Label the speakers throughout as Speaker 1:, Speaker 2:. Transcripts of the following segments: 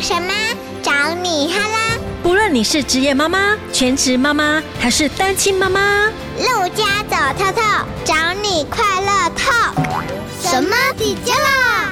Speaker 1: 什么？找你哈啦！
Speaker 2: 不论你是职业妈妈、全职妈妈，还是单亲妈妈，
Speaker 1: 陆家走透透，找你快乐透。什么底家啦？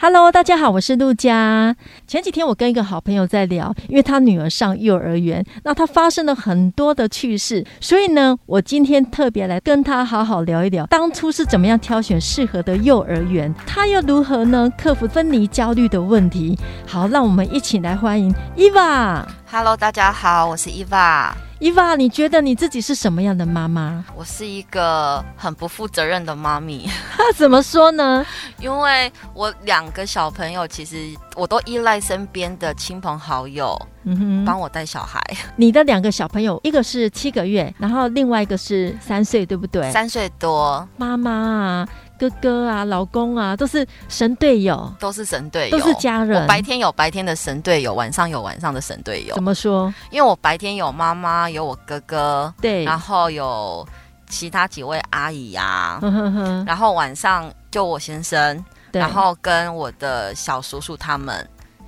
Speaker 3: Hello，大家好，我是陆佳。前几天我跟一个好朋友在聊，因为他女儿上幼儿园，那她发生了很多的趣事，所以呢，我今天特别来跟她好好聊一聊，当初是怎么样挑选适合的幼儿园，她又如何呢克服分离焦虑的问题。好，让我们一起来欢迎伊娃。
Speaker 4: Hello，大家好，我是伊娃。
Speaker 3: 伊娃，你觉得你自己是什么样的妈妈？
Speaker 4: 我是一个很不负责任的妈咪，
Speaker 3: 那啊怎么说呢？
Speaker 4: 因为我两个小朋友其实我都依赖身边的亲朋好友
Speaker 3: 嗯哼，
Speaker 4: 帮我带小孩。
Speaker 3: 你的两个小朋友，一个是七个月，然后另外一个是三岁，对不对？
Speaker 4: 三岁多
Speaker 3: 妈妈啊、哥哥啊、老公啊，都是神队友，
Speaker 4: 都是神队友，
Speaker 3: 都是家人
Speaker 4: 我。白天有白天的神队友，晚上有晚上的神队友
Speaker 3: 怎。么说？
Speaker 4: 因为我白天有妈妈，有我哥哥，
Speaker 3: 对，
Speaker 4: 然后有其他几位阿姨啊，
Speaker 3: 呵呵呵，
Speaker 4: 然后晚上就我先生，
Speaker 3: 嗯对。
Speaker 4: 然后跟我的小叔叔他们，，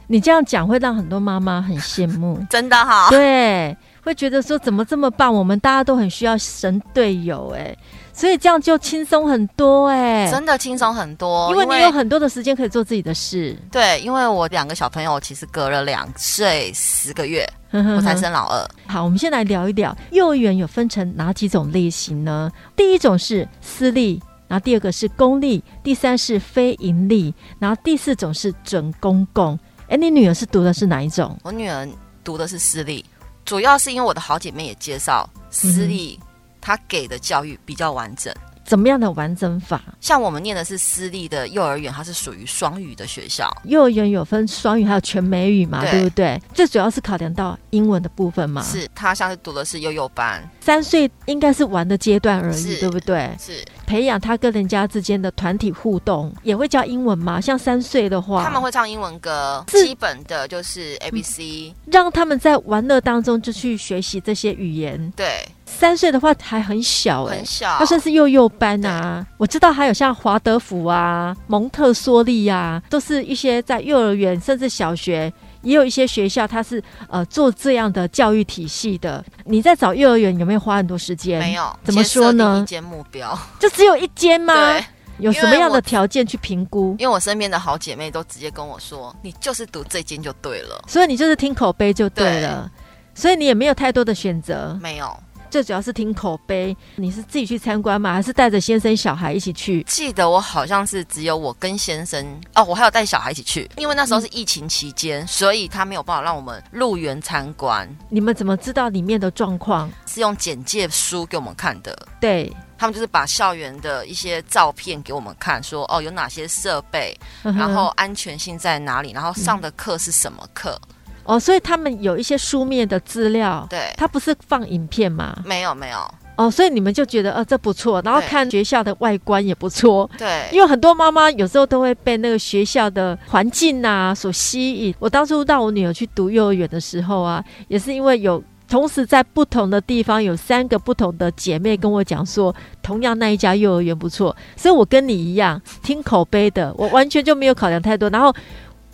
Speaker 3: 你这样讲会让很多妈妈很羡慕
Speaker 4: 真的哈、
Speaker 3: 对，会觉得说怎么这么棒？我们大家都很需要神队友，哎，所以这样就轻松很多，哎，
Speaker 4: 真的哦轻松很多，
Speaker 3: 因为你有很多的时间可以做自己的事。
Speaker 4: 对，因为我两个小朋友其实隔了两岁十个月，
Speaker 3: 我
Speaker 4: 我才生老二。
Speaker 3: 好，我们先来聊一聊幼儿园有分成哪几种类型呢？第一种是私立，然后第二个是公立，第三是非盈利，然后第四种是准公共。哎，你女儿是读的是哪一种？
Speaker 4: 我女儿读的是私立，主要是因为我的好姐妹也介绍私
Speaker 3: 嗯
Speaker 4: 立，她给的教育比较完整。
Speaker 3: 怎么样的完整法？
Speaker 4: 像我们念的是私立的幼儿园，它是属于双语的学校，
Speaker 3: 幼儿园有分双语还有全美语嘛，
Speaker 4: 对
Speaker 3: 对不对？最主要是考量到英文的部分嘛。
Speaker 4: 是她像是读的是幼幼班，
Speaker 3: 三岁应该是玩的阶段而已，
Speaker 4: 是
Speaker 3: 对不对？
Speaker 4: 是
Speaker 3: 培养他跟人家之间的团体互动，也会教英文嘛。像三岁的话，
Speaker 4: 他们会唱英文歌，
Speaker 3: 是嗯
Speaker 4: 基本的就是 A B C，、
Speaker 3: 让他们在玩乐当中就去学习这些语言。
Speaker 4: 对，
Speaker 3: 三岁的话还很小哎、
Speaker 4: 很小
Speaker 3: 要，算是幼幼班啊。我知道还有像华德福啊、蒙特梭利啊，都是一些在幼儿园甚至小学。也有一些学校，它是呃做这样的教育体系的。你在找幼儿园有没有花很多时间？
Speaker 4: 没，有
Speaker 3: 怎么说呢
Speaker 4: 先设定一间目标，
Speaker 3: 就只有一间吗？
Speaker 4: 对。
Speaker 3: 有什么样的条件去评估？
Speaker 4: 因为我身边的好姐妹都直接跟我说，你就是读这间就对了。
Speaker 3: 所以你就是听口碑就对了，所以你也没有太多的选择。
Speaker 4: 没有，
Speaker 3: 最主要是听口碑。你是自己去参观吗？还是带着先生小孩一起去？
Speaker 4: 记得我好像是只有我跟先生哦，我还有带小孩一起去，因为那时候是疫情期间，所以他没有办法让我们入园参观，
Speaker 3: 你们怎么知道里面的状况？
Speaker 4: 是用简介书给我们看的。
Speaker 3: 对，
Speaker 4: 他们就是把校园的一些照片给我们看，说哦有哪些设备，
Speaker 3: 嗯
Speaker 4: 然后安全性在哪里，然后上的课是什么课。
Speaker 3: 哦，所以他们有一些书面的资料，
Speaker 4: 对，
Speaker 3: 他不是放影片嘛？
Speaker 4: 没有没有，
Speaker 3: 哦，所以你们就觉得呃这不错，然后
Speaker 4: 对
Speaker 3: 看学校的外观也不错。
Speaker 4: 对，
Speaker 3: 因为很多妈妈有时候都会被那个学校的环境啊所吸引。我当初让我女儿去读幼儿园的时候啊，也是因为有同时在不同的地方有三个不同的姐妹跟我讲说，同样那一家幼儿园不错，所以我跟你一样听口碑的，我完全就没有考量太多，然后。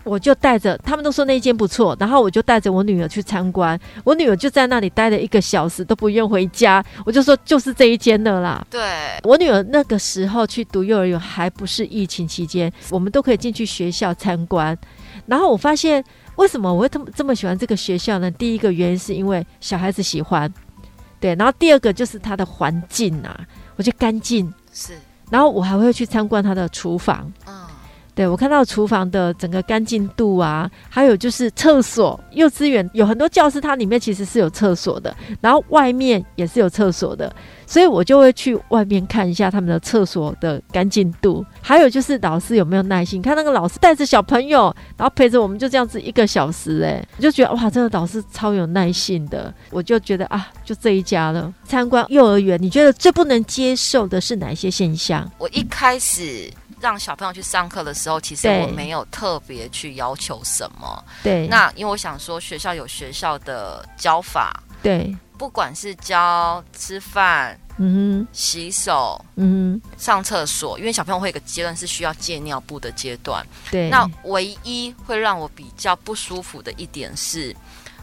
Speaker 3: 我就带着他们都说那一间不错，然后我就带着我女儿去参观，我女儿就在那里待了一个小时都不愿回家，我就说就是这一间的啦。
Speaker 4: 对
Speaker 3: 我女儿那个时候去读幼儿园，还不是疫情期间，我们都可以进去学校参观。然后我发现，为什么我会这么这么喜欢这个学校呢？第一个原因是因为小孩子喜欢，对，然后第二个就是它的环境啊，我觉得干净。
Speaker 4: 是，
Speaker 3: 然后我还会去参观它的厨房，
Speaker 4: 嗯，
Speaker 3: 对我看到厨房的整个干净度啊，还有就是厕所，幼稚园有很多教室，它里面其实是有厕所的，然后外面也是有厕所的，所以我就会去外面看一下他们的厕所的干净度，还有就是老师有没有耐心，看那个老师带着小朋友，然后陪着我们就这样子一个小时、哎，我就觉得哇，这个老师超有耐心的，我就觉得啊，就这一家了。参观幼儿园，你觉得最不能接受的是哪一些现象？
Speaker 4: 我一开始让小朋友去上课的时候，其实
Speaker 3: 对
Speaker 4: 我没有特别去要求什么。
Speaker 3: 对，
Speaker 4: 那因为我想说，学校有学校的教法，
Speaker 3: 对，
Speaker 4: 不管是教吃饭、
Speaker 3: 嗯
Speaker 4: 洗手、
Speaker 3: 哼，嗯哼，
Speaker 4: 上厕所，因为小朋友会有一个阶段是需要戒尿布的阶段。
Speaker 3: 对，
Speaker 4: 那唯一会让我比较不舒服的一点是，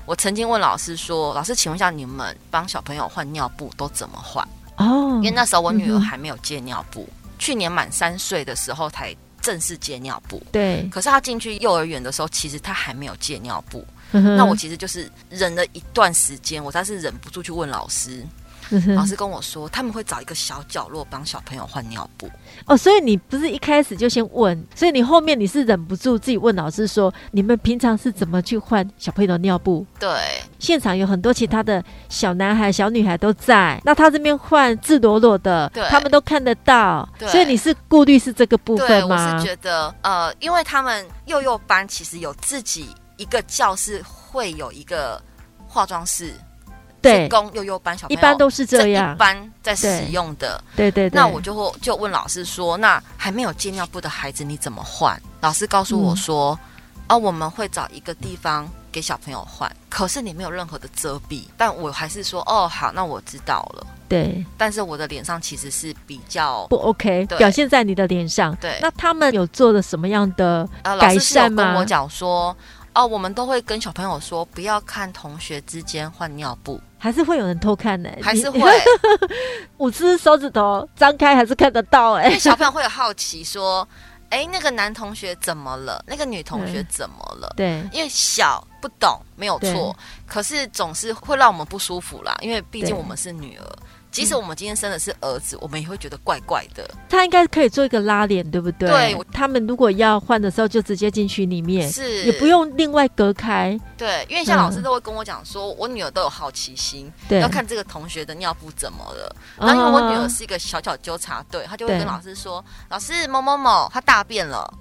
Speaker 4: 我曾经问老师说：“老师，请问一下，你们帮小朋友换尿布都怎么换？”
Speaker 3: 哦
Speaker 4: 因为，那时候我女
Speaker 3: 嗯
Speaker 4: 儿
Speaker 3: 哼
Speaker 4: 还没有戒尿布，去年满三岁的时候才正式戒尿布。
Speaker 3: 对，
Speaker 4: 可是她进去幼儿园的时候，其实她还没有戒尿布。
Speaker 3: 那
Speaker 4: 那我其实就是忍了一段时间，我但是忍不住去问老师，
Speaker 3: 嗯
Speaker 4: 老师跟我说他们会找一个小角落帮小朋友换尿布。
Speaker 3: 哦，所以你不是一开始就先问，所以你后面你是忍不住自己问老师说，你们平常是怎么去换小朋友的尿布？
Speaker 4: 对，
Speaker 3: 现场有很多其他的小男孩、小女孩都在，那他这边换赤裸裸的
Speaker 4: 对，
Speaker 3: 他们都看得到，
Speaker 4: 对
Speaker 3: 所以你是顾虑是这个部
Speaker 4: 对，
Speaker 3: 分
Speaker 4: 我
Speaker 3: 吗
Speaker 4: 是？觉得，呃，因为他们幼幼班其实有自己一个教室会有一个化妆室，
Speaker 3: 对
Speaker 4: 是，供幼幼班小朋
Speaker 3: 一
Speaker 4: 友
Speaker 3: 般都是这
Speaker 4: 一
Speaker 3: 样，
Speaker 4: 般在使
Speaker 3: 对
Speaker 4: 用的。
Speaker 3: 对对对。
Speaker 4: 那我就会就问老师说，那还没有戒尿布的孩子你怎么换？老师告诉我
Speaker 3: 嗯
Speaker 4: 说，啊，我们会找一个地方给小朋友换，可是你没有任何的遮蔽。但我还是说，哦，好，那我知道了。
Speaker 3: 对
Speaker 4: 但是我的脸上其实是比较。
Speaker 3: 不 OK，
Speaker 4: 对
Speaker 3: 表现在你的脸上。
Speaker 4: 对
Speaker 3: 那他们有做了什么样的？
Speaker 4: 呃，老师是有
Speaker 3: 改善吗
Speaker 4: 跟我讲说，哦，我们都会跟小朋友说，不要看同学之间换尿布，
Speaker 3: 还是会有人偷看呢、
Speaker 4: 还
Speaker 3: 呃你
Speaker 4: 是会
Speaker 3: 你五只手指头张开还是看得到哎、
Speaker 4: 因为小朋友会有好奇说，哎，那个男同学怎么了？那个女同学
Speaker 3: 嗯
Speaker 4: 怎么 了？
Speaker 3: 对
Speaker 4: 因为小不懂没有
Speaker 3: 对
Speaker 4: 错，可是总是会让我们不舒服啦，因为毕
Speaker 3: 对嗯
Speaker 4: 竟我们是女儿。即使我们今天生的是儿子，我们也会觉得怪怪的。
Speaker 3: 他应该可以做一个拉脸，对不对？
Speaker 4: 对我
Speaker 3: 他们如果要换的时候就直接进去里面，
Speaker 4: 是
Speaker 3: 也不用另外隔开。
Speaker 4: 对，因为像老师
Speaker 3: 嗯
Speaker 4: 都会跟我讲说，我女儿都有好奇心，
Speaker 3: 对，
Speaker 4: 要看这个同学的尿布怎么了。
Speaker 3: 啊。
Speaker 4: 然后因为我女儿是一个小小纠察队，她就会
Speaker 3: 对
Speaker 4: 跟老师说：“
Speaker 3: 嗯
Speaker 4: 老师某某某，她大 便了。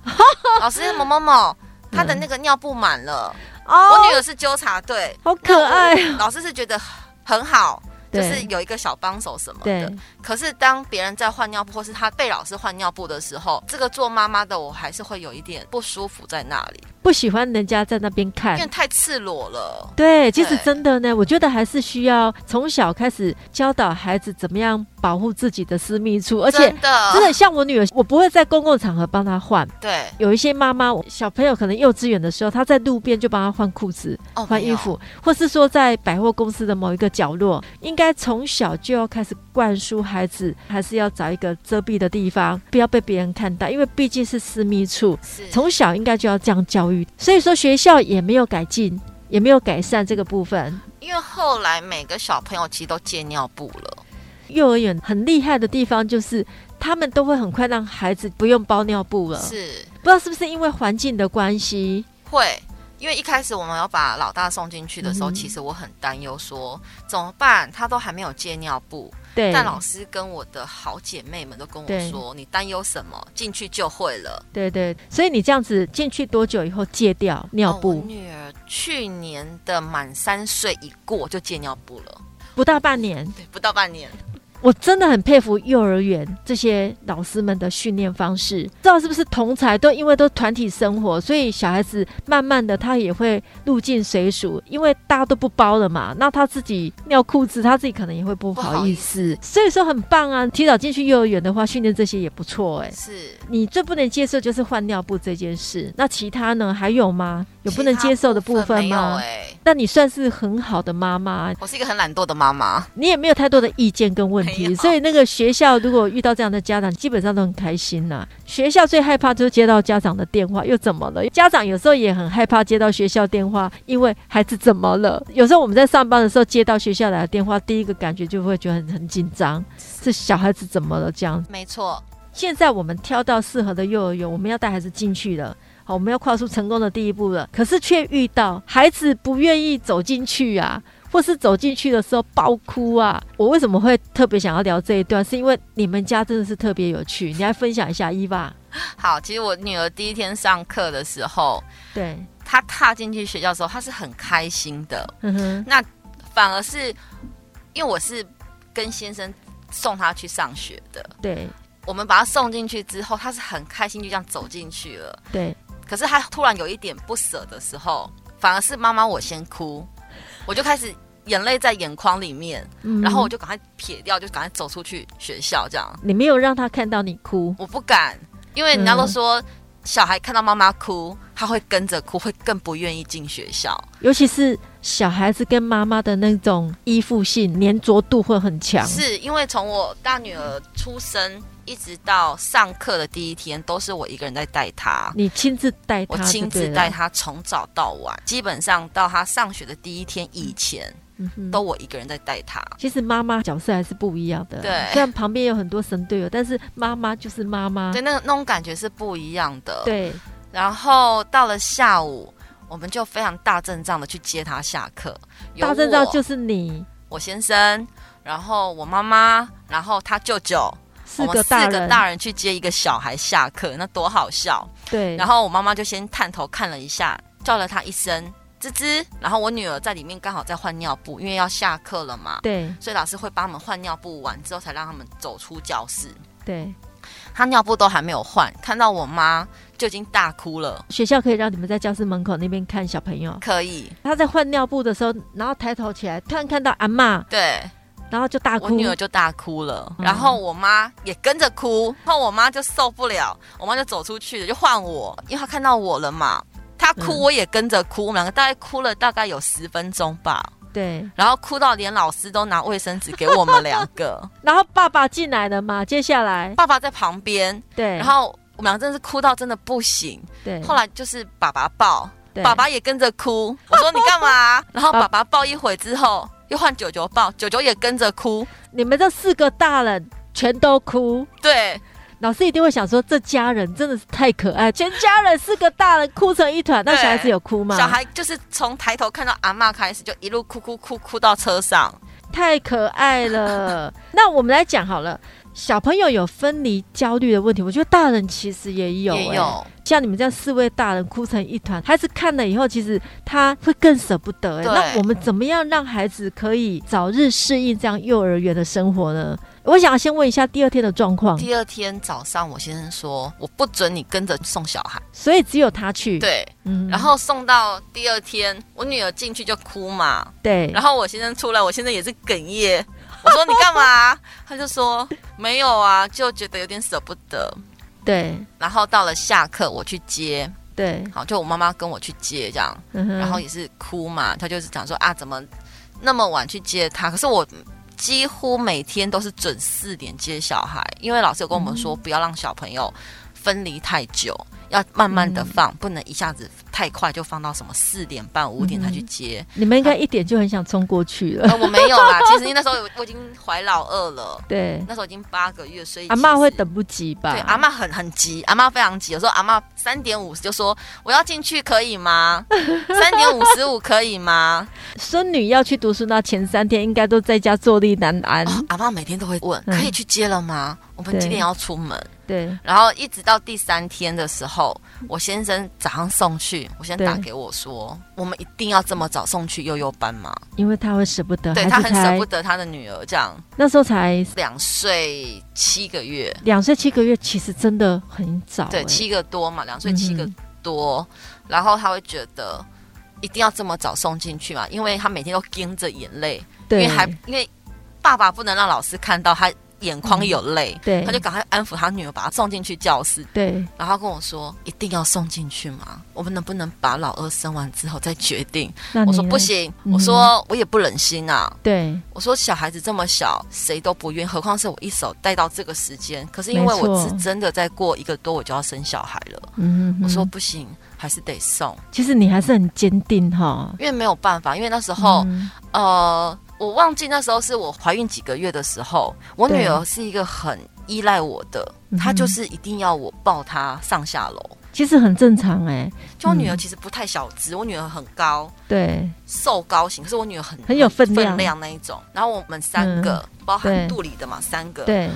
Speaker 4: 老师某某某，她的那个尿布满了。我
Speaker 3: 哦，
Speaker 4: 女儿是纠察队，
Speaker 3: 好可爱啊，
Speaker 4: 老师是觉得很好，就
Speaker 3: 对
Speaker 4: 是有一个小帮手什么的
Speaker 3: 对。
Speaker 4: 可是当别人在换尿布，或是她被老师换尿布的时候，这个做妈妈的我还是会有一点不舒服在那里，
Speaker 3: 不喜欢人家在那边看
Speaker 4: 因为。太赤裸了。
Speaker 3: 对，其实
Speaker 4: 对
Speaker 3: 真的呢，我觉得还是需要从小开始教导孩子怎么样保护自己的私密处，而且
Speaker 4: 真的，
Speaker 3: 真的像我女儿，我不会在公共场合帮她换。
Speaker 4: 对
Speaker 3: 有一些妈妈，小朋友可能幼稚园的时候，她在路边就帮她换裤子、
Speaker 4: 哦，
Speaker 3: 换
Speaker 4: 没
Speaker 3: 衣
Speaker 4: 有
Speaker 3: 服，或是说在百货公司的某一个角落，应该从小就要开始灌输孩子，还是要找一个遮蔽的地方，不要被别人看到，因为毕竟是私密处，
Speaker 4: 是
Speaker 3: 从小应该就要这样教育。所以说学校也没有改进，也没有改善这个部分。
Speaker 4: 因为后来每个小朋友其实都戒尿布了。
Speaker 3: 幼儿园很厉害的地方就是，他们都会很快让孩子不用包尿布了，
Speaker 4: 是
Speaker 3: 不知道是不是因为环境的关系。
Speaker 4: 会，因为一开始我们要把老大送进去的时候，
Speaker 3: 嗯哼
Speaker 4: 其实我很担忧说怎么办，他都还没有戒尿布。
Speaker 3: 对，
Speaker 4: 但老师跟我的好姐妹们都跟我
Speaker 3: 对
Speaker 4: 说，你担忧什么？进去就会了。
Speaker 3: 对对，所以你这样子进去多久以后戒掉尿
Speaker 4: 哦我
Speaker 3: 布？
Speaker 4: 女儿去年的满三岁一过就戒尿布了，
Speaker 3: 不到半年，
Speaker 4: 对，不到半年。
Speaker 3: 我真的很佩服幼儿园这些老师们的训练方式。不知道是不是同才都因为都团体生活，所以小孩子慢慢的他也会入进水属，因为大家都不包了嘛，那他自己尿裤子，他自己可能也会不好意思。所以说很棒啊，提早进去幼儿园的话，训练这些也不错哎、
Speaker 4: 是
Speaker 3: 你最不能接受就是换尿布这件事，那其他呢？还有吗？有不能接受的部分
Speaker 4: 没有
Speaker 3: 吗？
Speaker 4: 哎、
Speaker 3: 那你算是很好的妈妈，
Speaker 4: 我是一个很懒惰的妈妈，
Speaker 3: 你也没有太多的意见跟问
Speaker 4: 没
Speaker 3: 题，
Speaker 4: 有
Speaker 3: 所以那个学校如果遇到这样的家长，基本上都很开心啦、学校最害怕就是接到家长的电话，又怎么了？家长有时候也很害怕接到学校电话，因为孩子怎么了？有时候我们在上班的时候接到学校来的电话，第一个感觉就会觉得很很紧张，是小孩子怎么了这样
Speaker 4: 没错，
Speaker 3: 现在我们挑到适合的幼儿园，我们要带孩子进去了。好，我们要跨出成功的第一步了。可是却遇到孩子不愿意走进去啊，或是走进去的时候爆哭啊。我为什么会特别想要聊这一段？是因为你们家真的是特别有趣，你来分享一下伊娃。
Speaker 4: 好，其实我女儿第一天上课的时候，
Speaker 3: 对，
Speaker 4: 她踏进去学校的时候，她是很开心的，
Speaker 3: 嗯哼，
Speaker 4: 反而是因为我是跟先生送她去上学的，
Speaker 3: 对
Speaker 4: 我们把她送进去之后，她是很开心就这样走进去了。
Speaker 3: 对，
Speaker 4: 可是她突然有一点不舍的时候，反而是妈妈我先哭，我就开始眼泪在眼眶里面，
Speaker 3: 嗯
Speaker 4: 然后我就赶快撇掉，就赶快走出去学校这样。
Speaker 3: 你没有让他看到你哭，
Speaker 4: 我不敢，因为人家都说、小孩看到妈妈哭，他会跟着哭，会更不愿意进学校。
Speaker 3: 尤其是小孩子跟妈妈的那种依附性、粘着度会很强。
Speaker 4: 是因为从我大女儿出生一直到上课的第一天，都是我一个人在带她。
Speaker 3: 你亲自带
Speaker 4: 我
Speaker 3: 他，
Speaker 4: 亲自带，她从早到晚，基本上到她上学的第一天以前，
Speaker 3: 嗯哼
Speaker 4: 都我一个人在带她。
Speaker 3: 其实妈妈角色还是不一样的，啊
Speaker 4: 对
Speaker 3: 虽然旁边有很多神队友，但是妈妈就是妈妈
Speaker 4: 对，，那个那种感觉是不一样的。，
Speaker 3: 对，
Speaker 4: 然后到了下午，我们就非常大阵仗的去接她下课。有
Speaker 3: 大阵仗
Speaker 4: 我
Speaker 3: 就是你
Speaker 4: 我先生，然后我妈妈，然后他舅舅，
Speaker 3: 四
Speaker 4: 我们
Speaker 3: 个
Speaker 4: 四
Speaker 3: 大
Speaker 4: 个
Speaker 3: 人，
Speaker 4: 大人去接一个小孩下课，那多好笑。
Speaker 3: 对，
Speaker 4: 然
Speaker 3: 后
Speaker 4: 后我妈妈就先探头看了一下，叫了他一声“吱吱”，然后我女儿在里面刚好在换尿布，因为要下课了嘛，
Speaker 3: 对
Speaker 4: 所以老师会帮他们换尿布完之后才让他们走出教室。
Speaker 3: 对，
Speaker 4: 他尿布都还没有换，看到我妈就已经大哭了。
Speaker 3: 学校可以让你们在教室门口那边看小朋友，
Speaker 4: 可以，
Speaker 3: 他在换尿布的时候，然后抬头起来，突然看到阿嬷，
Speaker 4: 对，
Speaker 3: 然后就大
Speaker 4: 我
Speaker 3: 哭
Speaker 4: 女，儿就大哭了，
Speaker 3: 嗯
Speaker 4: 然后我妈也跟着哭，然后我妈就受不了，我妈就走出去了，就换我，因为她看到我了嘛，她哭
Speaker 3: 嗯
Speaker 4: 我也跟着哭，我们两个大概哭了大概有十分钟吧，
Speaker 3: 对，
Speaker 4: 然后哭到连老师都拿卫生纸给我们两 个，
Speaker 3: 然后爸爸进来了嘛，接下来，
Speaker 4: 爸爸在旁边，
Speaker 3: 对，嗯
Speaker 4: 然后我们两个真的是哭到真的不行，
Speaker 3: 对，
Speaker 4: 后来就是爸爸抱，
Speaker 3: 对
Speaker 4: 爸爸也跟着哭，我说你干嘛？然后爸爸抱一会之后。又换九九抱，九九也跟着哭，
Speaker 3: 你们这四个大人全都哭，
Speaker 4: 对，
Speaker 3: 老师一定会想说，这家人真的是太可爱，全家人四个大人哭成一团，那
Speaker 4: 对
Speaker 3: 小孩子有哭吗？
Speaker 4: 小孩就是从抬头看到阿嬷开始，就一路哭哭哭哭到车上。
Speaker 3: 太可爱了。 那我们来讲好了。小朋友有分离焦虑的问题，我觉得大人其实也有、
Speaker 4: 也
Speaker 3: 欸
Speaker 4: 有
Speaker 3: 像你们这样四位大人哭成一团，孩子看了以后，其实他会更舍不得、欸。
Speaker 4: 对
Speaker 3: 那我们怎么样让孩子可以早日适应这样幼儿园的生活呢？我想要先问一下第二天的状况，
Speaker 4: 第二天早上，我先生说我不准你跟着送小孩，
Speaker 3: 所以只有他去。，
Speaker 4: 对。
Speaker 3: 嗯
Speaker 4: 然后送到第二天，我女儿进去就哭嘛，
Speaker 3: 对，
Speaker 4: 然后我先生出来，我先生也是哽咽。我说你干嘛？ 他就说没有啊，就觉得有点舍不得。
Speaker 3: 对
Speaker 4: 然后到了下课，我去接，
Speaker 3: 对，
Speaker 4: 好，就我妈妈跟我去接这样。
Speaker 3: 嗯哼
Speaker 4: 然后也是哭嘛，他就是讲说啊，怎么那么晚去接他？可是我几乎每天都是准四点接小孩，因为老师有跟我们说，
Speaker 3: 嗯
Speaker 4: 不要让小朋友分离太久，要慢慢
Speaker 3: 嗯
Speaker 4: 的放，不能一下子太快就放到什么四点半、五点才
Speaker 3: 嗯
Speaker 4: 去接。
Speaker 3: 你们应该一点就很想冲过去 了。
Speaker 4: 呃，我没有啦，其实那时候我已经怀老二了，
Speaker 3: 对，
Speaker 4: 那时候已经八个月，所以
Speaker 3: 阿
Speaker 4: 妈
Speaker 3: 嬷会。等不及吧？
Speaker 4: 对，阿嬷很很急，阿嬷非常急。有时候阿嬷三点五十就说：“我要进去可以吗？ 三点五十五可以吗？”
Speaker 3: 孙女要去读书那前三天，应该都在家坐立难 安。
Speaker 4: 哦、阿妈每天都会问，
Speaker 3: 嗯
Speaker 4: 可以去接了吗？我们
Speaker 3: 对
Speaker 4: 几点要出门？
Speaker 3: 对
Speaker 4: 然后一直到第三天的时候，我先生早上送去，我先
Speaker 3: 对
Speaker 4: 打给我说，我们一定要这么早送去幼幼班吗？
Speaker 3: 因为她会舍不得，
Speaker 4: 对
Speaker 3: 孩
Speaker 4: 他
Speaker 3: 子
Speaker 4: 很舍
Speaker 3: 才
Speaker 4: 不得他的女儿，这样
Speaker 3: 那时候才
Speaker 4: 两岁七个月，
Speaker 3: 两岁七个月，其实真的很早、
Speaker 4: 对，
Speaker 3: 哎
Speaker 4: 七个多嘛，两岁
Speaker 3: 嗯
Speaker 4: 七个多，然后他会觉得一定要这么早送进去嘛，因为他每天都盯着眼泪，因
Speaker 3: 对，
Speaker 4: 为还因为爸爸不能让老师看到他眼眶有泪，
Speaker 3: 对
Speaker 4: 他就赶快安抚他女儿，把她送进去教室。
Speaker 3: 对
Speaker 4: 然后他跟我说：“一定要送进去吗？我们能不能把老二生完之后再决定
Speaker 3: 那？”你
Speaker 4: 我说：“
Speaker 3: 呢
Speaker 4: 不，行。
Speaker 3: 嗯
Speaker 4: 我说：“我也不忍心啊。
Speaker 3: 对
Speaker 4: 我说：“小孩子这么小，谁都不愿，何况是我一手带到这个时间。可是因为
Speaker 3: 没错
Speaker 4: 我是真的再过一个多我就要生小孩了，
Speaker 3: 嗯哼哼
Speaker 4: 我说不行，还是得送，
Speaker 3: 其实你还是很坚定哈。
Speaker 4: 因为没有办法，因为那时候。
Speaker 3: 嗯
Speaker 4: 呃，我忘记那时候是我怀孕几个月的时候，我
Speaker 3: 对
Speaker 4: 女儿是一个很依赖我的
Speaker 3: 嗯，哼
Speaker 4: 她就是一定要我抱她上下楼。
Speaker 3: 其实很正常哎、
Speaker 4: 就我女儿其实不太小只，我女儿很高，
Speaker 3: 对
Speaker 4: 瘦高型，可是我女儿很
Speaker 3: 很有分量嗯
Speaker 4: 分量那一种。然后我们三个，包含
Speaker 3: 对
Speaker 4: 肚里的嘛，三个，
Speaker 3: 对，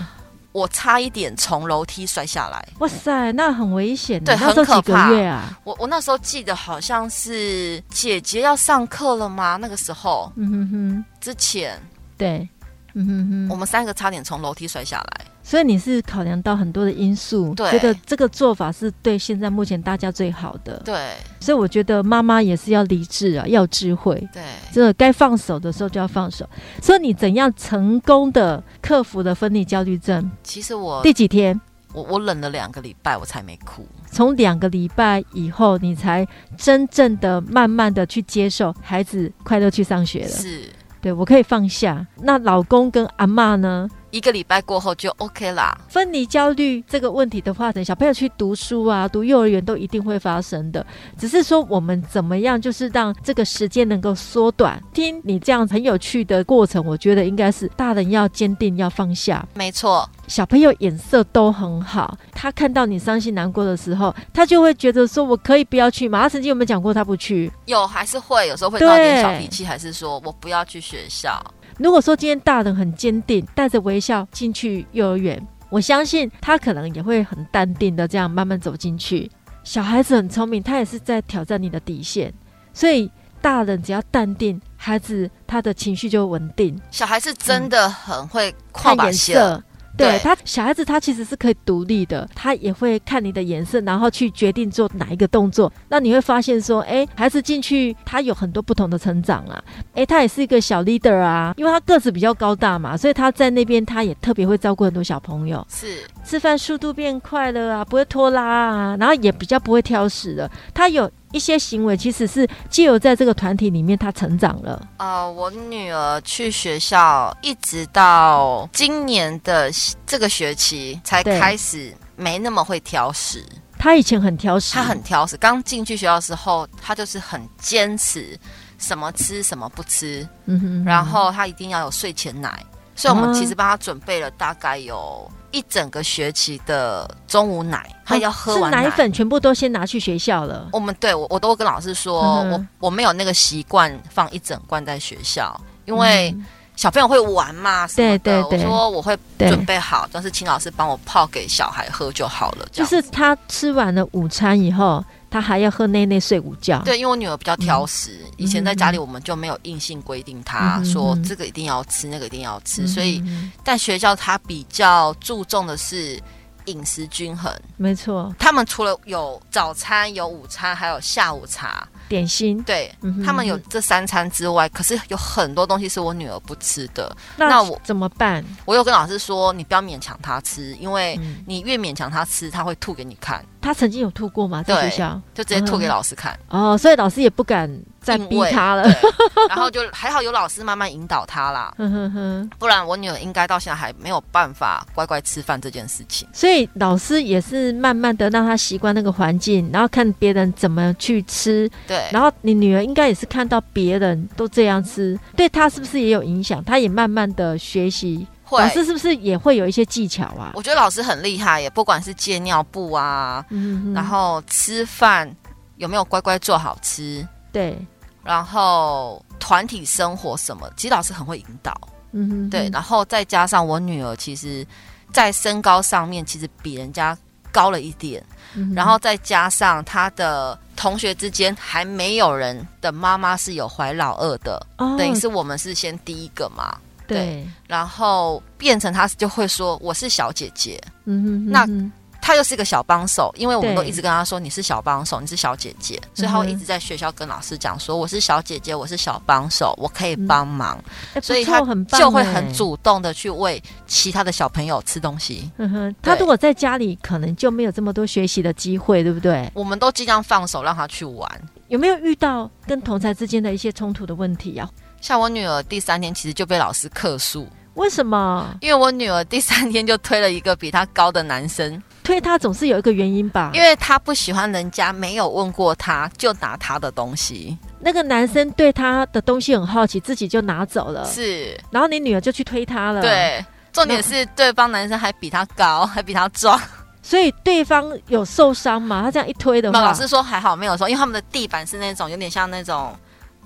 Speaker 4: 我差一点从楼梯摔下来。
Speaker 3: 哇塞，那很危险、欸
Speaker 4: 对
Speaker 3: 那时候
Speaker 4: 很可
Speaker 3: 几个
Speaker 4: 怕
Speaker 3: 月啊？
Speaker 4: 我我那时候记得好像是姐姐要上课了吗？那个时候
Speaker 3: 嗯哼哼，
Speaker 4: 之前，
Speaker 3: 对，嗯哼哼，
Speaker 4: 我们三个差点从楼梯摔下来。
Speaker 3: 所以你是考量到很多的因素，
Speaker 4: 对
Speaker 3: 觉得这个做法是对现在目前大家最好的。
Speaker 4: 对
Speaker 3: 所以我觉得妈妈也是要理智啊，要有智慧，
Speaker 4: 对，
Speaker 3: 真的该放手的时候就要放手。所以你怎样成功的克服了分离焦虑症？
Speaker 4: 其实我
Speaker 3: 第几天？
Speaker 4: 我我忍了两个礼拜，我才没哭。
Speaker 3: 从两个礼拜以后，你才真正的、慢慢的去接受孩子快乐去上学了。
Speaker 4: 是
Speaker 3: 对我可以放下。那老公跟阿嬷呢？
Speaker 4: 一个礼拜过后就 OK 啦。
Speaker 3: 分离焦虑这个问题的话，等小朋友去读书啊、读幼儿园都一定会发生的。只是说我们怎么样，就是让这个时间能够缩短。听你这样很有趣的过程，我觉得应该是大人要坚定，要放下。
Speaker 4: 没错，
Speaker 3: 小朋友眼色都很好，他看到你伤心难过的时候，他就会觉得说：“我可以不要去嘛。”他曾经有没有讲过他不去？
Speaker 4: 有还是会有时候会闹点小
Speaker 3: 对
Speaker 4: 脾气，还是说我不要去学校。
Speaker 3: 如果说今天大人很坚定，带着微笑进去幼儿园，我相信他可能也会很淡定的这样慢慢走进去。小孩子很聪明，他也是在挑战你的底线，所以大人只要淡定，孩子他的情绪就稳定。
Speaker 4: 小孩是真的很会跨
Speaker 3: 看
Speaker 4: 把
Speaker 3: 颜
Speaker 4: 戏了，
Speaker 3: 色。对
Speaker 4: 对
Speaker 3: 他，小孩子他其实是可以独立的，他也会看你的眼色，然后去决定做哪一个动作。那你会发现说，哎，孩子进去他有很多不同的成长啊，哎，他也是一个小 leader 啊，因为他个子比较高大嘛，所以他在那边他也特别会照顾很多小朋友，
Speaker 4: 是
Speaker 3: 吃饭速度变快了啊，不会拖拉啊，然后也比较不会挑食了。他有一些行为其实是借由在这个团体里面他成长了。
Speaker 4: 呃，我女儿去学校一直到今年的这个学期才
Speaker 3: 对
Speaker 4: 开始没那么会挑食。
Speaker 3: 他以前很挑食，嗯
Speaker 4: 她很挑食，刚进去学校的时候，她就是很坚持什么吃什么不吃，
Speaker 3: 嗯哼，
Speaker 4: 然后她一定要有睡前奶，所以我
Speaker 3: 啊
Speaker 4: 们其实帮她准备了大概有一整个学期的中午奶，她要喝完
Speaker 3: 是奶粉全部都先拿去学校了。
Speaker 4: 我们对我我都跟老师说，
Speaker 3: 嗯哼
Speaker 4: 我我没有那个习惯放一整罐在学校，因为小朋友会玩嘛什么的。
Speaker 3: 嗯对对对
Speaker 4: 我说我会
Speaker 3: 对
Speaker 4: 准备好，但是请老师帮我泡给小孩喝就好了。这
Speaker 3: 就
Speaker 4: 样
Speaker 3: 是他吃完了午餐以后，他还要喝奶奶睡午觉。
Speaker 4: 对，因为我女儿比较挑食，以前在家里我们就没有硬性规定她、
Speaker 3: 嗯嗯哼
Speaker 4: 说
Speaker 3: 嗯哼
Speaker 4: 这个一定要吃，那个一定要吃，
Speaker 3: 嗯，
Speaker 4: 所以
Speaker 3: 嗯
Speaker 4: 在学校她比较注重的是饮食均衡。
Speaker 3: 没错，
Speaker 4: 他们除了有早餐、有午餐，还有下午茶，
Speaker 3: 点心。
Speaker 4: 对、
Speaker 3: 嗯哼
Speaker 4: 他们有这三餐之外，可是有很多东西是我女儿不吃的。
Speaker 3: 那
Speaker 4: 那
Speaker 3: 我
Speaker 4: 我
Speaker 3: 怎么办？
Speaker 4: 我有跟老师说，你不要勉强她吃，因为
Speaker 3: 嗯
Speaker 4: 你越勉强她吃，她会吐给你看，
Speaker 3: 他曾经有吐过吗？在
Speaker 4: 对
Speaker 3: 学校
Speaker 4: 就直接吐给老 师看。
Speaker 3: 哦，所以老师也不敢再逼
Speaker 4: 因为
Speaker 3: 他了。
Speaker 4: 对，然后就还好有老师慢慢引导她啦，
Speaker 3: 哼哼哼，
Speaker 4: 不然我女儿应该到现在还没有办法乖乖吃饭这件事情。
Speaker 3: 所以老师也是慢慢的让他习惯那个环境，然后看别人怎么去吃，
Speaker 4: 对，
Speaker 3: 然后你女儿应该也是看到别人都这样吃，对她是不是也有影响？她也慢慢的学习
Speaker 4: 会
Speaker 3: 老师是不是也会有一些技巧啊？
Speaker 4: 我觉得老师很厉害耶，不管是借尿布啊，
Speaker 3: 嗯哼
Speaker 4: 然后吃饭有没有乖乖做好吃，
Speaker 3: 对，
Speaker 4: 然后团体生活什么，其实老师很会引导。
Speaker 3: 嗯哼
Speaker 4: 对，，然后再加上我女儿，其实，在身高上面其实比人家高了一点，
Speaker 3: 嗯哼
Speaker 4: 然后再加上她的同学之间还没有人的妈妈是有怀老二的，
Speaker 3: 哦
Speaker 4: 等于是我们是先第一个嘛，
Speaker 3: 对，
Speaker 4: 然后变成她就会说我是小姐姐，
Speaker 3: 嗯哼
Speaker 4: 那
Speaker 3: 嗯
Speaker 4: 她又是个小帮手，因为我们都
Speaker 3: 对
Speaker 4: 一直跟她说你是小帮手，你是小姐姐，所以她
Speaker 3: 嗯
Speaker 4: 会
Speaker 3: 哼
Speaker 4: 一直在学校跟老师讲说我是小姐姐，我是小帮手，我可以
Speaker 3: 嗯
Speaker 4: 帮忙。
Speaker 3: 哼哎
Speaker 4: 所以
Speaker 3: 不错
Speaker 4: 他
Speaker 3: 很棒
Speaker 4: 就会
Speaker 3: 哎
Speaker 4: 很。主动的去喂其他的小朋友吃东西。
Speaker 3: 嗯哼，他
Speaker 4: 对
Speaker 3: 如果在家里，可能就没有这么多学习的机会，对不对？
Speaker 4: 我们都尽量放手让他去玩。
Speaker 3: 有没有遇到跟同才之间的一些冲突的问题啊？
Speaker 4: 像我女儿第三天其实就被老师克诉，
Speaker 3: 为什么
Speaker 4: 因为我女儿第三天就推了一个比她高的男生，
Speaker 3: 推他总是有一个原因吧？
Speaker 4: 因为她不喜欢人家没有问过她就拿她的东西，
Speaker 3: 那个男生对他的东西很好奇，自己就拿走了，
Speaker 4: 是
Speaker 3: 然后你女儿就去推他了。，
Speaker 4: 对。重点是对方男生还比她高，还比她壮。
Speaker 3: 所以对方有受伤嘛？他这样一推的
Speaker 4: 那
Speaker 3: 话，
Speaker 4: 老师说还好没有说，因为他们的地板是那种有点像那种。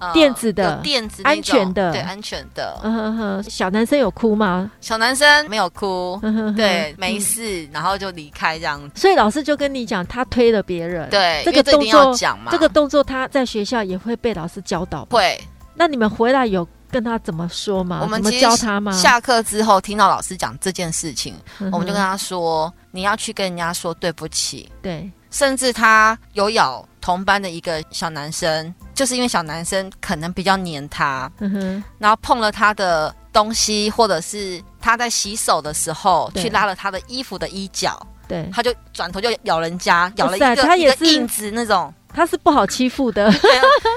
Speaker 4: 呃
Speaker 3: 垫子的
Speaker 4: 有垫子那
Speaker 3: 安全
Speaker 4: 种
Speaker 3: 的
Speaker 4: 对安全的，
Speaker 3: 嗯哼哼，小男生有哭吗？
Speaker 4: 小男生没有哭，
Speaker 3: 嗯哼哼
Speaker 4: 对，
Speaker 3: 嗯
Speaker 4: 没事，然后就离开这样子。
Speaker 3: 所以老师就跟你讲，他推了别人，
Speaker 4: 对，
Speaker 3: 这
Speaker 4: 因
Speaker 3: 个
Speaker 4: 为这一
Speaker 3: 动
Speaker 4: 定要
Speaker 3: 作，
Speaker 4: 讲嘛，
Speaker 3: 这个动作他在学校也会被老师教导吧。
Speaker 4: 会
Speaker 3: 那你们回来有跟他怎么说吗？
Speaker 4: 我们
Speaker 3: 怎
Speaker 4: 其
Speaker 3: 么
Speaker 4: 实
Speaker 3: 教他吗？
Speaker 4: 下课之后听到老师讲这件事情，
Speaker 3: 嗯哼
Speaker 4: 我们就跟他说，你要去跟人家说对不起。
Speaker 3: 对，
Speaker 4: 甚至他有咬同班的一个小男生，就是因为小男生可能比较黏他，
Speaker 3: 嗯哼，
Speaker 4: 然后碰了他的东西，或者是他在洗手的时候
Speaker 3: 对
Speaker 4: 去拉了他的衣服的衣角，
Speaker 3: 对，
Speaker 4: 他就转头就咬人家，咬了一
Speaker 3: 哇塞
Speaker 4: 个
Speaker 3: 他也
Speaker 4: 一个
Speaker 3: 是
Speaker 4: 印子那种。
Speaker 3: 他是不好欺负的，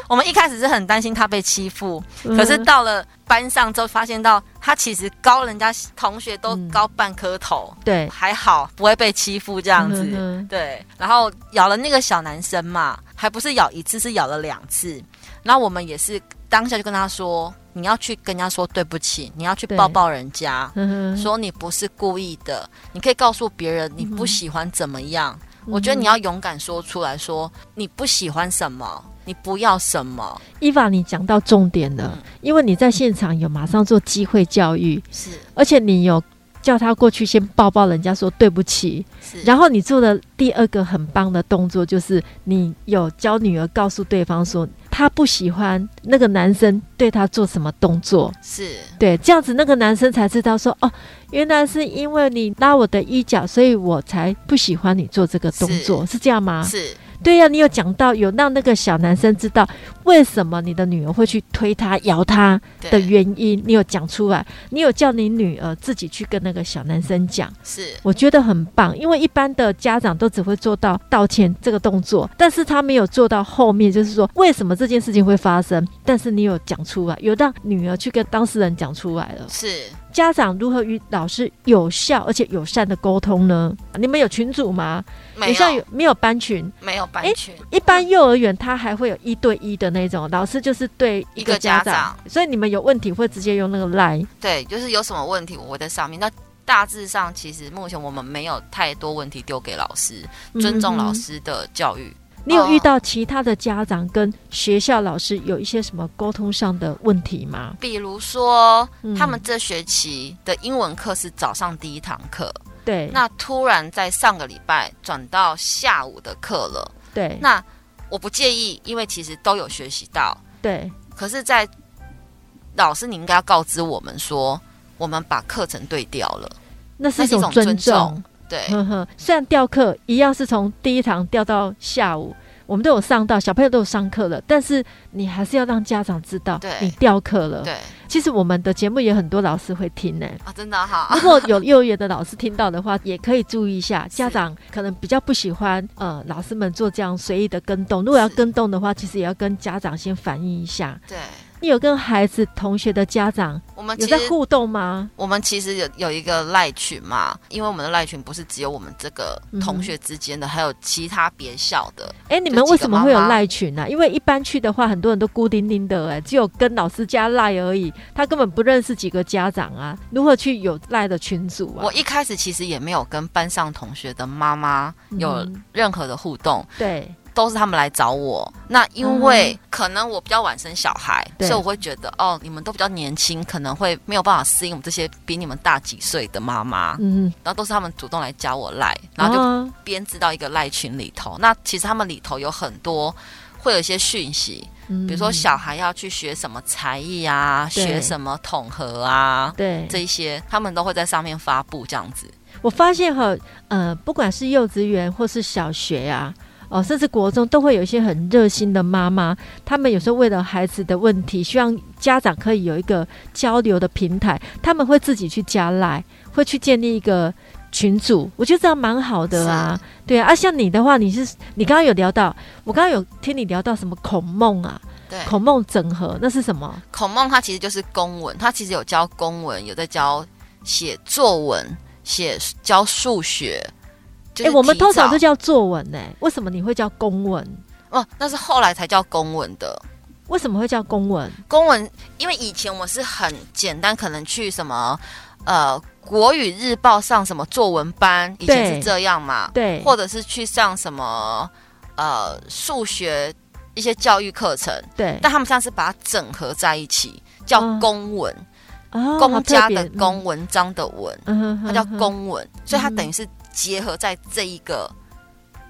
Speaker 4: 我们一开始是很担心他被欺负， 可是
Speaker 3: 嗯
Speaker 4: 到了班上之后，发现到他其实高人家同学都
Speaker 3: 嗯
Speaker 4: 高半颗头，
Speaker 3: 对
Speaker 4: 还好不会被欺负这样子。
Speaker 3: 嗯哼
Speaker 4: 对，然后咬了那个小男生嘛，还不是咬一次，是咬了两次。然后我们也是当下就跟他说，你要去跟人家说对不起，你要去
Speaker 3: 对
Speaker 4: 抱抱人家，
Speaker 3: 嗯哼，
Speaker 4: 说你不是故意的，你可以告诉别人你不喜欢怎么
Speaker 3: 嗯
Speaker 4: 样。我觉得你要勇敢说出来说你不喜欢什么，你不要什么，
Speaker 3: 伊娃，你讲到重点了，
Speaker 4: 嗯
Speaker 3: 因为你在现场有马上做机会教育，
Speaker 4: 是
Speaker 3: 而且你有叫他过去先抱抱人家说对不起，
Speaker 4: 是，
Speaker 3: 然后你做的第二个很棒的动作就是你有教女儿告诉对方说她不喜欢那个男生对她做什么动作，
Speaker 4: 是
Speaker 3: 对，这样子那个男生才知道说哦，原来是因为你拉我的衣角，所以我才不喜欢你做这个动作，是这样吗？
Speaker 4: 是
Speaker 3: 对呀、你有讲到有让那个小男生知道为什么你的女儿会去推他、摇他的
Speaker 4: 对
Speaker 3: 原因，你有讲出来，你有叫你女儿自己去跟那个小男生讲，
Speaker 4: 是
Speaker 3: 我觉得很棒，因为一般的家长都只会做到道歉这个动作，但是他没有做到后面，就是说为什么这件事情会发生，但是你有讲出来，有让女儿去跟当事人讲出来了。
Speaker 4: 是
Speaker 3: 家长如何与老师有效而且友善的沟通呢？你们有群组吗？
Speaker 4: 没
Speaker 3: 像
Speaker 4: 有
Speaker 3: 没有班群？
Speaker 4: 没有版
Speaker 3: 诶
Speaker 4: 权，
Speaker 3: 一般幼儿园它还会有一对一的那种，老师就是对一个家
Speaker 4: 一个家
Speaker 3: 所以你们有问题会直接用那个 line。
Speaker 4: 对，就是有什么问题我会在上面。那大致上，其实目前我们没有太多问题丢给老师，
Speaker 3: 嗯
Speaker 4: 尊重老师哦的教育。
Speaker 3: 嗯哼。你有遇到其他的家长跟学校老师有一些什么沟通上的问题吗？
Speaker 4: 比如说，
Speaker 3: 嗯
Speaker 4: 他们这学期的英文课是早上第一堂课，
Speaker 3: 对，
Speaker 4: 那突然在上个礼拜转到下午的课了。
Speaker 3: 对，
Speaker 4: 那我不介意，因为其实都有学习到。
Speaker 3: 对，
Speaker 4: 可是，在老师，你应该要告知我们说，我们把课程对调了。
Speaker 3: 那是一
Speaker 4: 那是一
Speaker 3: 种
Speaker 4: 种尊
Speaker 3: 尊重
Speaker 4: 重。对，
Speaker 3: 呵呵，虽然调课一样是从第一堂调到下午，我们都有上到，小朋友都有上课了，但是你还是要让家长知道
Speaker 4: 对
Speaker 3: 你调课了。
Speaker 4: 对
Speaker 3: 其实我们的节目也很多老师会听呢、
Speaker 4: 啊，真的哈、
Speaker 3: 如果有幼儿园的老师听到的话，也可以注意一下，
Speaker 4: 是
Speaker 3: 家长可能比较不喜欢呃老师们做这样随意的跟动。如果要
Speaker 4: 是
Speaker 3: 跟动的话，其实也要跟家长先反映一下。
Speaker 4: 对，
Speaker 3: 你有跟孩子、同学的家长
Speaker 4: 我们
Speaker 3: 有
Speaker 4: 哦其
Speaker 3: 在
Speaker 4: 实
Speaker 3: 互动吗？
Speaker 4: 我们其实有有一个赖群嘛，因为我们的赖群不是只有我们这个
Speaker 3: 嗯
Speaker 4: 同学之间的，还有其他别校的。
Speaker 3: 哎，你们为什么会有
Speaker 4: 就几个妈妈
Speaker 3: 赖群呢、啊？因为一般去的话，很多人都孤零零的、哎，只有跟老师加赖而已，他根本不认识几个家长啊，如何去有赖的群组啊
Speaker 4: 我？一开始其实也没有跟班上同学的妈妈有
Speaker 3: 嗯
Speaker 4: 任何的互动，
Speaker 3: 对，
Speaker 4: 都是他们来找我。那因为可能我比较晚生小孩，
Speaker 3: 嗯对
Speaker 4: 所以我会觉得哦，你们都比较年轻，可能会没有办法适应我们这些比你们大几岁的妈妈。
Speaker 3: 嗯，
Speaker 4: 然后都是他们主动来加我赖，啊然后就
Speaker 3: 啊
Speaker 4: 编织到一个赖群里头。那其实他们里头有很多会有一些讯息，
Speaker 3: 嗯
Speaker 4: 比如说小孩要去学什么才艺啊，
Speaker 3: 对
Speaker 4: 学什么统合啊，
Speaker 3: 对
Speaker 4: 这一些他们都会在上面发布这样子。
Speaker 3: 我发现哈，呃，不管是幼稚园或是小学啊，哦，甚至国中，都会有一些很热心的妈妈，他们有时候为了孩子的问题，希望家长可以有一个交流的平台，他们会自己去加赖，会去建立一个群组，我觉得这样蛮好的啊。对啊，啊，像你的话，你是你刚刚有聊到，我刚刚有听你聊到什么孔孟啊，
Speaker 4: 对，孔
Speaker 3: 孔孟整合，那是什么？
Speaker 4: 孔孟他其实就是公文，他其实有教公文，有在教写作文，写教数学。就
Speaker 3: 哎、
Speaker 4: 是
Speaker 3: 我们
Speaker 4: 提
Speaker 3: 通常
Speaker 4: 早
Speaker 3: 都叫作文呢、为什么你会叫公文？
Speaker 4: 哦，那是后来才叫公文的。
Speaker 3: 为什么会叫公文？
Speaker 4: 公文，因为以前我是很简单，可能去什么呃国语日报上什么作文班，以前
Speaker 3: 对
Speaker 4: 是这样嘛。
Speaker 3: 对，
Speaker 4: 或者是去上什么呃数学一些教育课程，
Speaker 3: 对。
Speaker 4: 但他们现在是把它整合在一起，叫
Speaker 3: 嗯
Speaker 4: 公文，
Speaker 3: 哦，好
Speaker 4: 公
Speaker 3: 特
Speaker 4: 家
Speaker 3: 别
Speaker 4: 的公，文章的文，
Speaker 3: 嗯嗯哼哼
Speaker 4: 它叫
Speaker 3: 哼
Speaker 4: 公文，所以它
Speaker 3: 嗯
Speaker 4: 等于是结合在这一个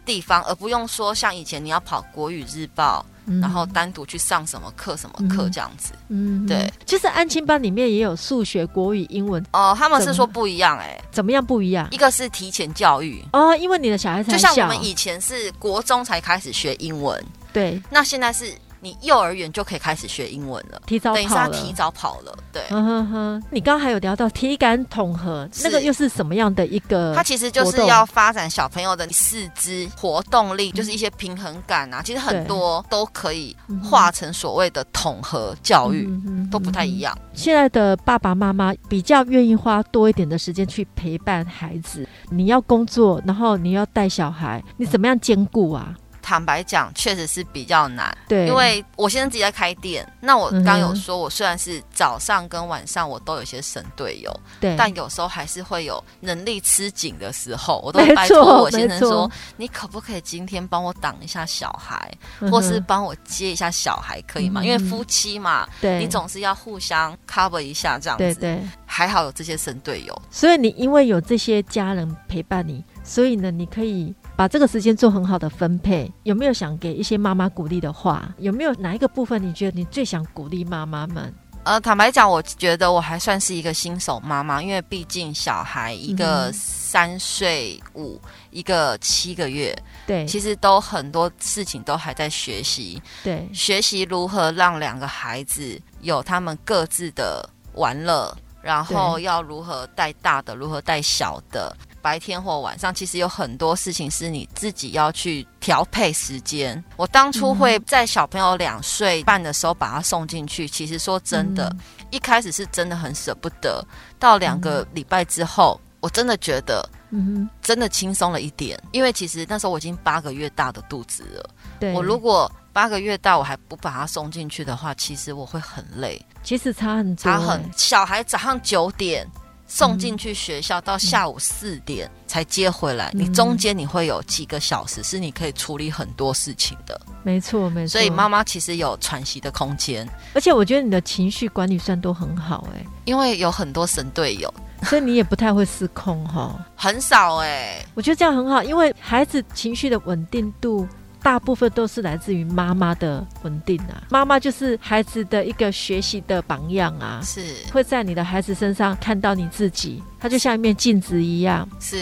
Speaker 4: 地方，而不用说像以前你要跑国语日报。
Speaker 3: 嗯
Speaker 4: 然后单独去上什么课什么课这样子。
Speaker 3: 嗯，
Speaker 4: 对，
Speaker 3: 其实安亲班里面也有数学、国语、英文，
Speaker 4: 哦、他们是
Speaker 3: 怎
Speaker 4: 说
Speaker 3: 么
Speaker 4: 不一样哎、
Speaker 3: 怎么样不一样？
Speaker 4: 一个是提前教育，
Speaker 3: 哦，因为你的小孩才
Speaker 4: 就
Speaker 3: 小，
Speaker 4: 像我们以前是国中才开始学英文，
Speaker 3: 对
Speaker 4: 那现在是你幼儿园就可以开始学英文了，
Speaker 3: 提早
Speaker 4: 等于是他
Speaker 3: 跑了，
Speaker 4: 提早跑了，对。
Speaker 3: 嗯哼哼，你刚刚还有聊到体感统合，
Speaker 4: 是
Speaker 3: 那个又是什么样的一个？
Speaker 4: 它其实就
Speaker 3: 活
Speaker 4: 是
Speaker 3: 动嗯
Speaker 4: 要发展小朋友的四肢活动力，就是一些平衡感啊。其实很
Speaker 3: 对
Speaker 4: 多都可以
Speaker 3: 嗯哼
Speaker 4: 化成所谓的统合教育，
Speaker 3: 嗯哼
Speaker 4: 都不太一。样。
Speaker 3: 现在的爸爸妈妈比较愿意花多一点的时间去陪伴孩子。你要工作，然后你要带小孩，你怎么样兼顾啊？
Speaker 4: 坦白讲，确实是比较难，
Speaker 3: 对，
Speaker 4: 因为我先生自己在开店。那我
Speaker 3: 嗯哼
Speaker 4: 刚有说，我虽然是早上跟晚上我都有些省队友，
Speaker 3: 对，
Speaker 4: 但有时候还是会有能力吃紧的时候，我都
Speaker 3: 没
Speaker 4: 会拜托
Speaker 3: 错，
Speaker 4: 我先生
Speaker 3: 没错
Speaker 4: 说，，你可不可以今天帮我挡一下小孩，
Speaker 3: 嗯哼
Speaker 4: 或是帮我接一下小孩，可以吗？
Speaker 3: 嗯
Speaker 4: 因为夫妻嘛，
Speaker 3: 对，
Speaker 4: 你总是要互相 cover 一下这样子。
Speaker 3: 对对。
Speaker 4: 还好有这些神队友，
Speaker 3: 所以你因为有这些家人陪伴你，所以呢，你可以把这个时间做很好的分配。有没有想给一些妈妈鼓励的话？有没有哪一个部分你觉得你最想鼓励妈妈们？
Speaker 4: 呃，坦白讲，我觉得我还算是一个新手妈妈，因为毕竟小孩一个
Speaker 3: 嗯
Speaker 4: 三岁五，一个七个月，
Speaker 3: 对，
Speaker 4: 其实都很多事情都还在学习，
Speaker 3: 对，
Speaker 4: 学习如何让两个孩子有他们各自的玩乐，然后要如何带大的，如何带小的。白天或晚上，其实有很多事情是你自己要去调配时间。我当初会在小朋友两岁半的时候把他送进去，其实说真的，
Speaker 3: 嗯
Speaker 4: 一开始是真的很舍不得。到两个礼拜之后，我真的觉得
Speaker 3: 嗯
Speaker 4: 真的轻松了一点，因为其实那时候我已经八个月大的肚子了。
Speaker 3: 哼，对。
Speaker 4: 我如果八个月大我还不把它送进去的话，其实我会很累。
Speaker 3: 其实差很多、
Speaker 4: 他
Speaker 3: 欸，
Speaker 4: 很小孩早上九点
Speaker 3: 嗯
Speaker 4: 送进去学校，到下午四点才接回来，
Speaker 3: 嗯
Speaker 4: 你中间你会有几个小时是你可以处理很多事情的，
Speaker 3: 没错没错。
Speaker 4: 所以妈，妈其实有喘息的空间，
Speaker 3: 而且我觉得你的情绪管理算都很好哎、
Speaker 4: 因为有很多神队友，
Speaker 3: 所以你也不太会失控哈。
Speaker 4: 很少哎、
Speaker 3: 我觉得这样很好，因为孩子情绪的稳定度。大部分都是来自于妈妈的稳定啊，妈妈就是孩子的一个学习的榜样啊，
Speaker 4: 是
Speaker 3: 会在你的孩子身上看到你自己，他就像一面镜子一样。
Speaker 4: 是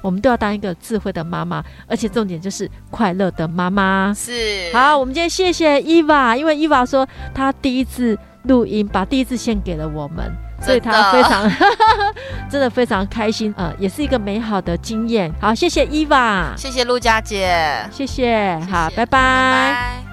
Speaker 3: 我们都要当一个智慧的妈妈，而且重点就是快乐的妈妈。
Speaker 4: 是，
Speaker 3: 好，我们今天谢谢伊娃，因为伊娃说她第一次录音，把第一次献给了我们，所以
Speaker 4: 真的
Speaker 3: 她非常 真的非常开心，呃，也是一个美好的经验。好，谢谢伊娃，
Speaker 4: 谢谢陆佳姐，
Speaker 3: 谢谢，好，
Speaker 4: 谢谢
Speaker 3: 拜拜
Speaker 4: 拜。